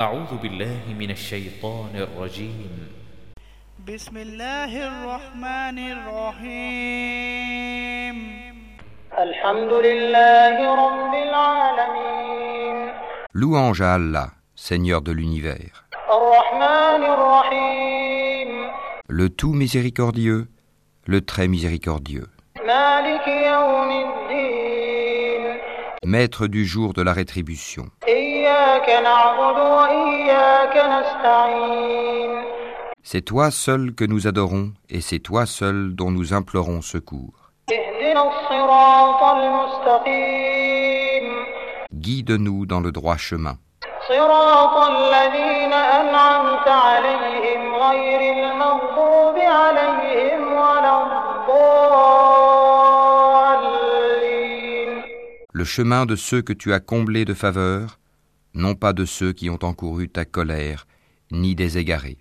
أعوذ بالله من الشيطان الرجيم بسم الله الرحمن الرحيم الحمد لله رب العالمين Louange à Allah, Seigneur de l'univers, الرحمن الرحيم le tout miséricordieux, le très miséricordieux, مالك يوم الدين maître du jour de la rétribution. إياك نعبد وإياك نستعين C'est toi seul que nous adorons et c'est toi seul dont nous implorons secours. اهدنا الصراط المستقيم Guide-nous dans le droit chemin, صراط الذين أنعمت عليهم غير المغضوب عليهم ولا الضالين le chemin de ceux que tu as comblés de faveur, non pas de ceux qui ont encouru ta colère, ni des égarés.